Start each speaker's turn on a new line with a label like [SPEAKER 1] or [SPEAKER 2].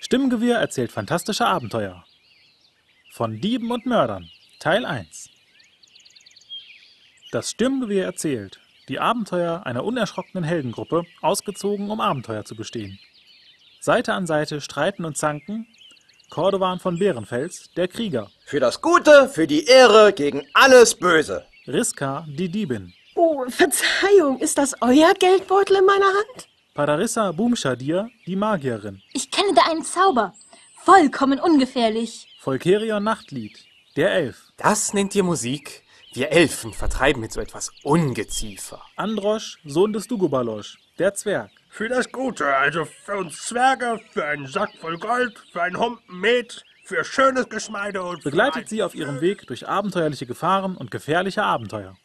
[SPEAKER 1] Stimmgewirr erzählt fantastische Abenteuer. Von Dieben und Mördern. Teil 1. Das Stimmgewirr erzählt. Die Abenteuer einer unerschrockenen Heldengruppe, ausgezogen, um Abenteuer zu bestehen. Seite an Seite streiten und zanken. Cordovan von Bärenfels, der Krieger.
[SPEAKER 2] Für das Gute, für die Ehre, gegen alles Böse.
[SPEAKER 1] Riska, die Diebin.
[SPEAKER 3] Oh, Verzeihung, ist das euer Geldbeutel in meiner Hand?
[SPEAKER 1] Padarissa Boomshadir, die Magierin.
[SPEAKER 4] Ich kenne da einen Zauber. Vollkommen ungefährlich.
[SPEAKER 1] Volkerion Nachtlied, der Elf.
[SPEAKER 5] Das nennt ihr Musik? Wir Elfen vertreiben mit so etwas Ungeziefer.
[SPEAKER 1] Androsch, Sohn des Dugobalosch, der Zwerg.
[SPEAKER 6] Für das Gute, also für uns Zwerge, für einen Sack voll Gold, für einen Humpen Met, für schönes Geschmeide und für
[SPEAKER 1] Begleitet
[SPEAKER 6] ein-
[SPEAKER 1] sie auf ihrem Weg durch abenteuerliche Gefahren und gefährliche Abenteuer.